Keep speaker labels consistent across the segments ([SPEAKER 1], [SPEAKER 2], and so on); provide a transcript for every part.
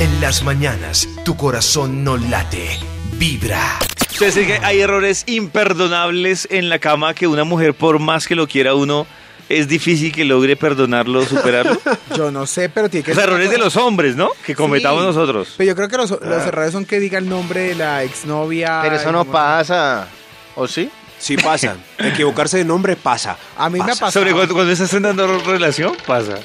[SPEAKER 1] En las mañanas, tu corazón no late, vibra.
[SPEAKER 2] Ustedes dicen que hay errores imperdonables en la cama que una mujer, por más que lo quiera uno, es difícil que logre perdonarlo, superarlo.
[SPEAKER 3] Yo no sé, pero tiene que
[SPEAKER 2] Los errores de los Ah. hombres, ¿no? Que cometamos
[SPEAKER 3] Sí.
[SPEAKER 2] nosotros.
[SPEAKER 3] Pero yo creo que los, los errores son que diga el nombre de la exnovia.
[SPEAKER 4] Pero eso
[SPEAKER 3] el
[SPEAKER 4] no
[SPEAKER 3] número-
[SPEAKER 4] pasa. ¿O sí?
[SPEAKER 5] Sí pasa. Equivocarse de nombre pasa.
[SPEAKER 3] A mí me ha pasado.
[SPEAKER 2] Sobre cuando, cuando estás dando relación, pasa.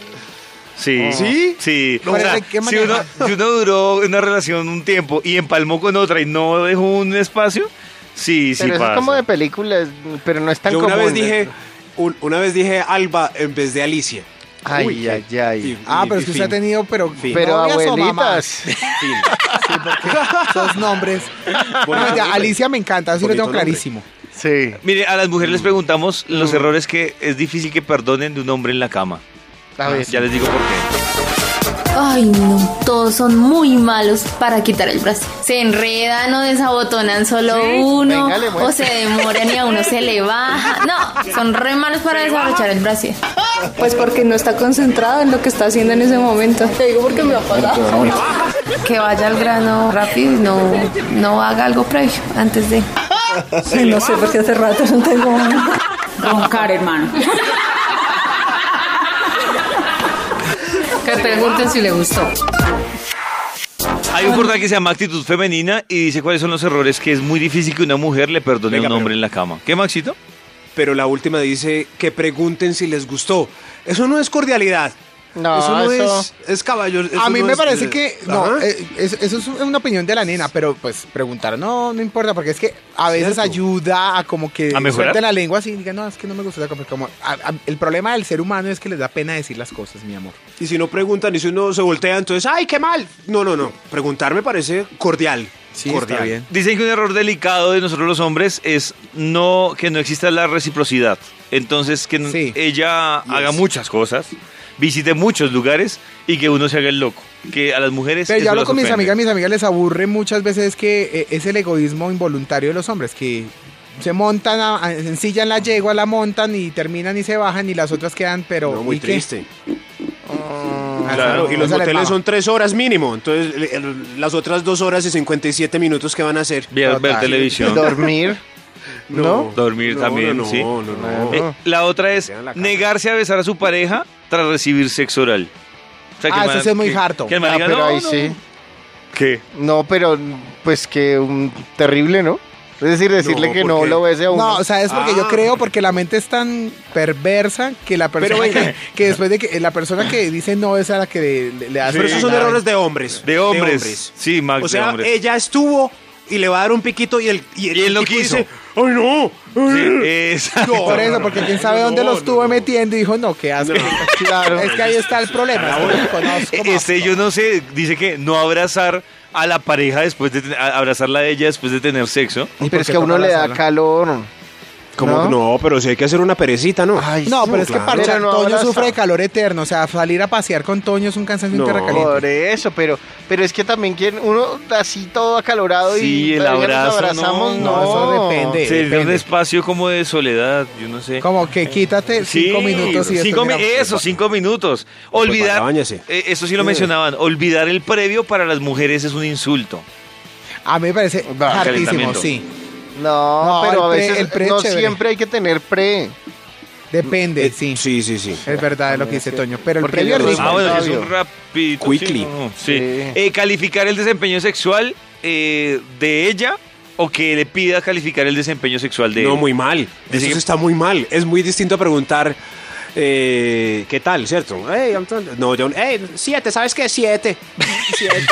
[SPEAKER 2] Sí.
[SPEAKER 4] ¿Sí?
[SPEAKER 2] Sí.
[SPEAKER 3] Pero ¿de qué
[SPEAKER 2] si, uno,
[SPEAKER 3] manera?
[SPEAKER 2] si uno duró una relación un tiempo y empalmó con otra y no dejó un espacio, sí, sí
[SPEAKER 4] pero eso
[SPEAKER 2] pasa.
[SPEAKER 4] es como de películas, pero no es tan
[SPEAKER 5] Yo una
[SPEAKER 4] común.
[SPEAKER 5] vez dije, un- una vez dije Alba en vez de Alicia.
[SPEAKER 4] Ay,
[SPEAKER 5] Uy,
[SPEAKER 4] ay,
[SPEAKER 5] qué-
[SPEAKER 4] ay.
[SPEAKER 5] y-
[SPEAKER 3] Ah,
[SPEAKER 5] y-
[SPEAKER 3] pero
[SPEAKER 5] y
[SPEAKER 3] es que usted ha
[SPEAKER 5] fin,
[SPEAKER 3] tenido, pero.
[SPEAKER 5] Fin.
[SPEAKER 4] Pero
[SPEAKER 3] novias o mamás.
[SPEAKER 4] abuelitas.
[SPEAKER 5] fin.
[SPEAKER 3] Esos nombres.
[SPEAKER 5] Bonito
[SPEAKER 3] No, ya,
[SPEAKER 5] nombre.
[SPEAKER 3] Alicia me encanta, eso sí lo
[SPEAKER 5] Bonito
[SPEAKER 3] tengo
[SPEAKER 5] nombre.
[SPEAKER 3] clarísimo.
[SPEAKER 4] Sí.
[SPEAKER 2] Mire, a las mujeres les preguntamos los errores que es difícil que perdonen de un hombre en la cama.
[SPEAKER 4] A ver.
[SPEAKER 2] Ya les digo por qué.
[SPEAKER 6] Ay, no, todos son muy malos para quitar el brazo. Se enredan o desabotonan solo uno,
[SPEAKER 4] Venga, le muestro.
[SPEAKER 6] o se demoran y a uno se le baja. No, son re malos para desabrochar el brazo.
[SPEAKER 7] Pues porque no está concentrado en lo que está haciendo en ese momento. Te digo porque me ha pasado.
[SPEAKER 6] Que vaya al grano rápido y no, no haga algo previo antes de.
[SPEAKER 7] no sé, porque hace rato no tengo...
[SPEAKER 8] Roncar, hermano. Que pregunten si le gustó.
[SPEAKER 2] Hay un portal que se llama Actitud Femenina y dice cuáles son los errores que es muy difícil que una mujer le perdone
[SPEAKER 5] Venga,
[SPEAKER 2] a un hombre
[SPEAKER 5] pero-
[SPEAKER 2] en la cama. ¿Qué, Maxito?
[SPEAKER 5] Pero la última dice que pregunten si les gustó. Eso no es cordialidad.
[SPEAKER 4] No,
[SPEAKER 5] eso no
[SPEAKER 4] eso-
[SPEAKER 5] es, es caballo. eso
[SPEAKER 3] A mí
[SPEAKER 5] no
[SPEAKER 3] me
[SPEAKER 5] es-
[SPEAKER 3] parece que. No,
[SPEAKER 5] Ajá.
[SPEAKER 3] eh, es- eso es una opinión de la nena, pero pues preguntar, no, no importa, porque es que a veces
[SPEAKER 5] Cierto.
[SPEAKER 3] ayuda a como que.
[SPEAKER 2] ¿A mejorar?
[SPEAKER 3] suelte la lengua así, diga, no, es que no me gusta esa cosa", como, a- a- El problema del ser humano es que les da pena decir las cosas, mi amor.
[SPEAKER 5] Y si no preguntan y si uno se voltea, entonces, ¡ay, qué mal! No, no, no. Preguntar me parece cordial.
[SPEAKER 3] Sí, está
[SPEAKER 5] cordial.
[SPEAKER 3] bien.
[SPEAKER 2] Dicen que un error delicado de nosotros los hombres es no que no exista la reciprocidad. Entonces, que n-
[SPEAKER 3] Sí.
[SPEAKER 2] ella
[SPEAKER 5] Yes.
[SPEAKER 2] haga muchas cosas, visite muchos lugares y que uno se haga el loco. Que a las mujeres.
[SPEAKER 3] Pero
[SPEAKER 2] eso
[SPEAKER 3] yo hablo
[SPEAKER 2] las
[SPEAKER 3] con mis
[SPEAKER 2] ofende.
[SPEAKER 3] amigas, mis amigas les aburre muchas veces que eh, es el egoísmo involuntario de los hombres, que se montan, a, a- ensillan la yegua, la montan y terminan y se bajan y las otras quedan, pero...
[SPEAKER 5] No, muy
[SPEAKER 3] ¿y qué?
[SPEAKER 5] triste.
[SPEAKER 3] Ah,
[SPEAKER 5] Claro, y los
[SPEAKER 3] esa les
[SPEAKER 5] hoteles
[SPEAKER 3] baja.
[SPEAKER 5] son tres horas mínimo. Entonces, el- el- las otras dos horas y 57 minutos que van a hacer.
[SPEAKER 2] Ver, ver
[SPEAKER 3] Total.
[SPEAKER 2] televisión.
[SPEAKER 4] Dormir. ¿No?
[SPEAKER 2] Dormir también,
[SPEAKER 5] no,
[SPEAKER 2] sí.
[SPEAKER 5] No, no, no.
[SPEAKER 2] Eh, la otra es
[SPEAKER 5] Vean la cara.
[SPEAKER 2] negarse a besar a su pareja tras recibir sexo oral. O sea, el
[SPEAKER 3] Ah, eso
[SPEAKER 2] man-
[SPEAKER 3] sí es muy harto.
[SPEAKER 2] que el man
[SPEAKER 4] Ah,
[SPEAKER 2] diga,
[SPEAKER 4] pero
[SPEAKER 2] "No,
[SPEAKER 4] ahí
[SPEAKER 2] no".
[SPEAKER 4] sí.
[SPEAKER 2] ¿Qué?
[SPEAKER 4] No, pero pues que un terrible, ¿no? Es decir, decirle
[SPEAKER 5] No,
[SPEAKER 4] que
[SPEAKER 5] ¿por
[SPEAKER 4] no
[SPEAKER 5] qué?
[SPEAKER 4] lo bese a uno.
[SPEAKER 3] No, o sea, es porque
[SPEAKER 5] Ah.
[SPEAKER 3] yo creo, porque la mente es tan perversa que la persona que, que después de que eh, la persona que dice no es a la que le, le- le hace.
[SPEAKER 5] Pero esos son
[SPEAKER 3] daño.
[SPEAKER 5] errores de hombres.
[SPEAKER 2] De hombres. Sí, Max,
[SPEAKER 5] O sea,
[SPEAKER 2] de hombres.
[SPEAKER 5] ella estuvo y le va a dar un piquito y el y, el
[SPEAKER 2] Y él no
[SPEAKER 5] tipo
[SPEAKER 2] quiso.
[SPEAKER 5] dice, ¡Ay, no!
[SPEAKER 2] Sí, exacto.
[SPEAKER 5] No.
[SPEAKER 3] Por eso, porque quién sabe dónde
[SPEAKER 5] No,
[SPEAKER 3] lo
[SPEAKER 5] no,
[SPEAKER 3] estuve
[SPEAKER 5] no.
[SPEAKER 3] metiendo y dijo, no, qué asco.
[SPEAKER 4] Claro.
[SPEAKER 3] Es que ahí está el problema. es que lo conozco
[SPEAKER 2] Eh,
[SPEAKER 3] más.
[SPEAKER 2] Este, yo no sé, dice que no abrazar a la pareja después de ten- a- abrazarla a ella después de tener sexo.
[SPEAKER 3] ¿Y por
[SPEAKER 4] Pero es
[SPEAKER 3] qué
[SPEAKER 4] que a uno
[SPEAKER 3] toca
[SPEAKER 4] le da
[SPEAKER 3] abrazarla?
[SPEAKER 4] calor.
[SPEAKER 5] Como,
[SPEAKER 4] ¿No?
[SPEAKER 5] ¿No? pero si hay que hacer una perecita, ¿no?
[SPEAKER 4] Ay,
[SPEAKER 3] No, pero es que
[SPEAKER 5] claro.
[SPEAKER 3] parchar,
[SPEAKER 4] Pero no
[SPEAKER 3] Toño
[SPEAKER 4] abraza.
[SPEAKER 3] sufre de calor eterno. O sea, salir a pasear con Toño es un cansancio
[SPEAKER 5] No,
[SPEAKER 3] interra
[SPEAKER 4] Por
[SPEAKER 3] caliente.
[SPEAKER 4] eso, pero, pero es que también quien uno así todo acalorado
[SPEAKER 2] Sí,
[SPEAKER 4] y
[SPEAKER 2] el
[SPEAKER 4] venga, nos
[SPEAKER 2] abrazo,
[SPEAKER 4] abrazamos,
[SPEAKER 2] no,
[SPEAKER 4] no.
[SPEAKER 3] eso depende.
[SPEAKER 2] Se ve un
[SPEAKER 3] depende.
[SPEAKER 2] espacio como de soledad, yo no sé.
[SPEAKER 3] Como que quítate
[SPEAKER 2] Sí,
[SPEAKER 3] cinco minutos y
[SPEAKER 2] cinco
[SPEAKER 3] después
[SPEAKER 2] mi-
[SPEAKER 3] miramos.
[SPEAKER 2] eso, cinco minutos. Olvidar,
[SPEAKER 5] para, báñese.
[SPEAKER 2] eh, eso sí lo mencionaban, olvidar el previo para las mujeres es un insulto.
[SPEAKER 3] A mí me parece
[SPEAKER 4] Va,
[SPEAKER 3] hartísimo,
[SPEAKER 2] calentamiento.
[SPEAKER 3] sí.
[SPEAKER 4] No,
[SPEAKER 3] No,
[SPEAKER 4] pero a
[SPEAKER 3] el pre-
[SPEAKER 4] veces
[SPEAKER 3] el pre
[SPEAKER 4] no
[SPEAKER 3] es chévere.
[SPEAKER 4] siempre hay que tener pre.
[SPEAKER 3] Depende,
[SPEAKER 5] Eh,
[SPEAKER 3] sí.
[SPEAKER 5] Sí, sí, sí.
[SPEAKER 3] Es verdad es lo que dice Toño. Pero el
[SPEAKER 4] Porque
[SPEAKER 3] previo
[SPEAKER 4] yo
[SPEAKER 3] es
[SPEAKER 4] los
[SPEAKER 3] rico.
[SPEAKER 2] Ah, bueno, sí, es
[SPEAKER 4] Octavio.
[SPEAKER 2] un rapidito.
[SPEAKER 5] Quickly.
[SPEAKER 2] sí, no, sí.
[SPEAKER 4] Sí.
[SPEAKER 2] Eh, calificar el desempeño sexual eh, de ella o que le pida calificar el desempeño sexual de
[SPEAKER 5] No,
[SPEAKER 2] él.
[SPEAKER 5] muy mal.
[SPEAKER 2] Dice
[SPEAKER 5] Eso
[SPEAKER 2] que-
[SPEAKER 5] está muy mal. Es muy distinto a preguntar. eh, ¿Qué tal, cierto? Hey, I'm done. no, yo, hey, siete, ¿sabes qué? Siete. siete.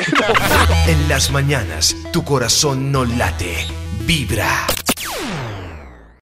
[SPEAKER 1] En las mañanas, tu corazón no late, vibra.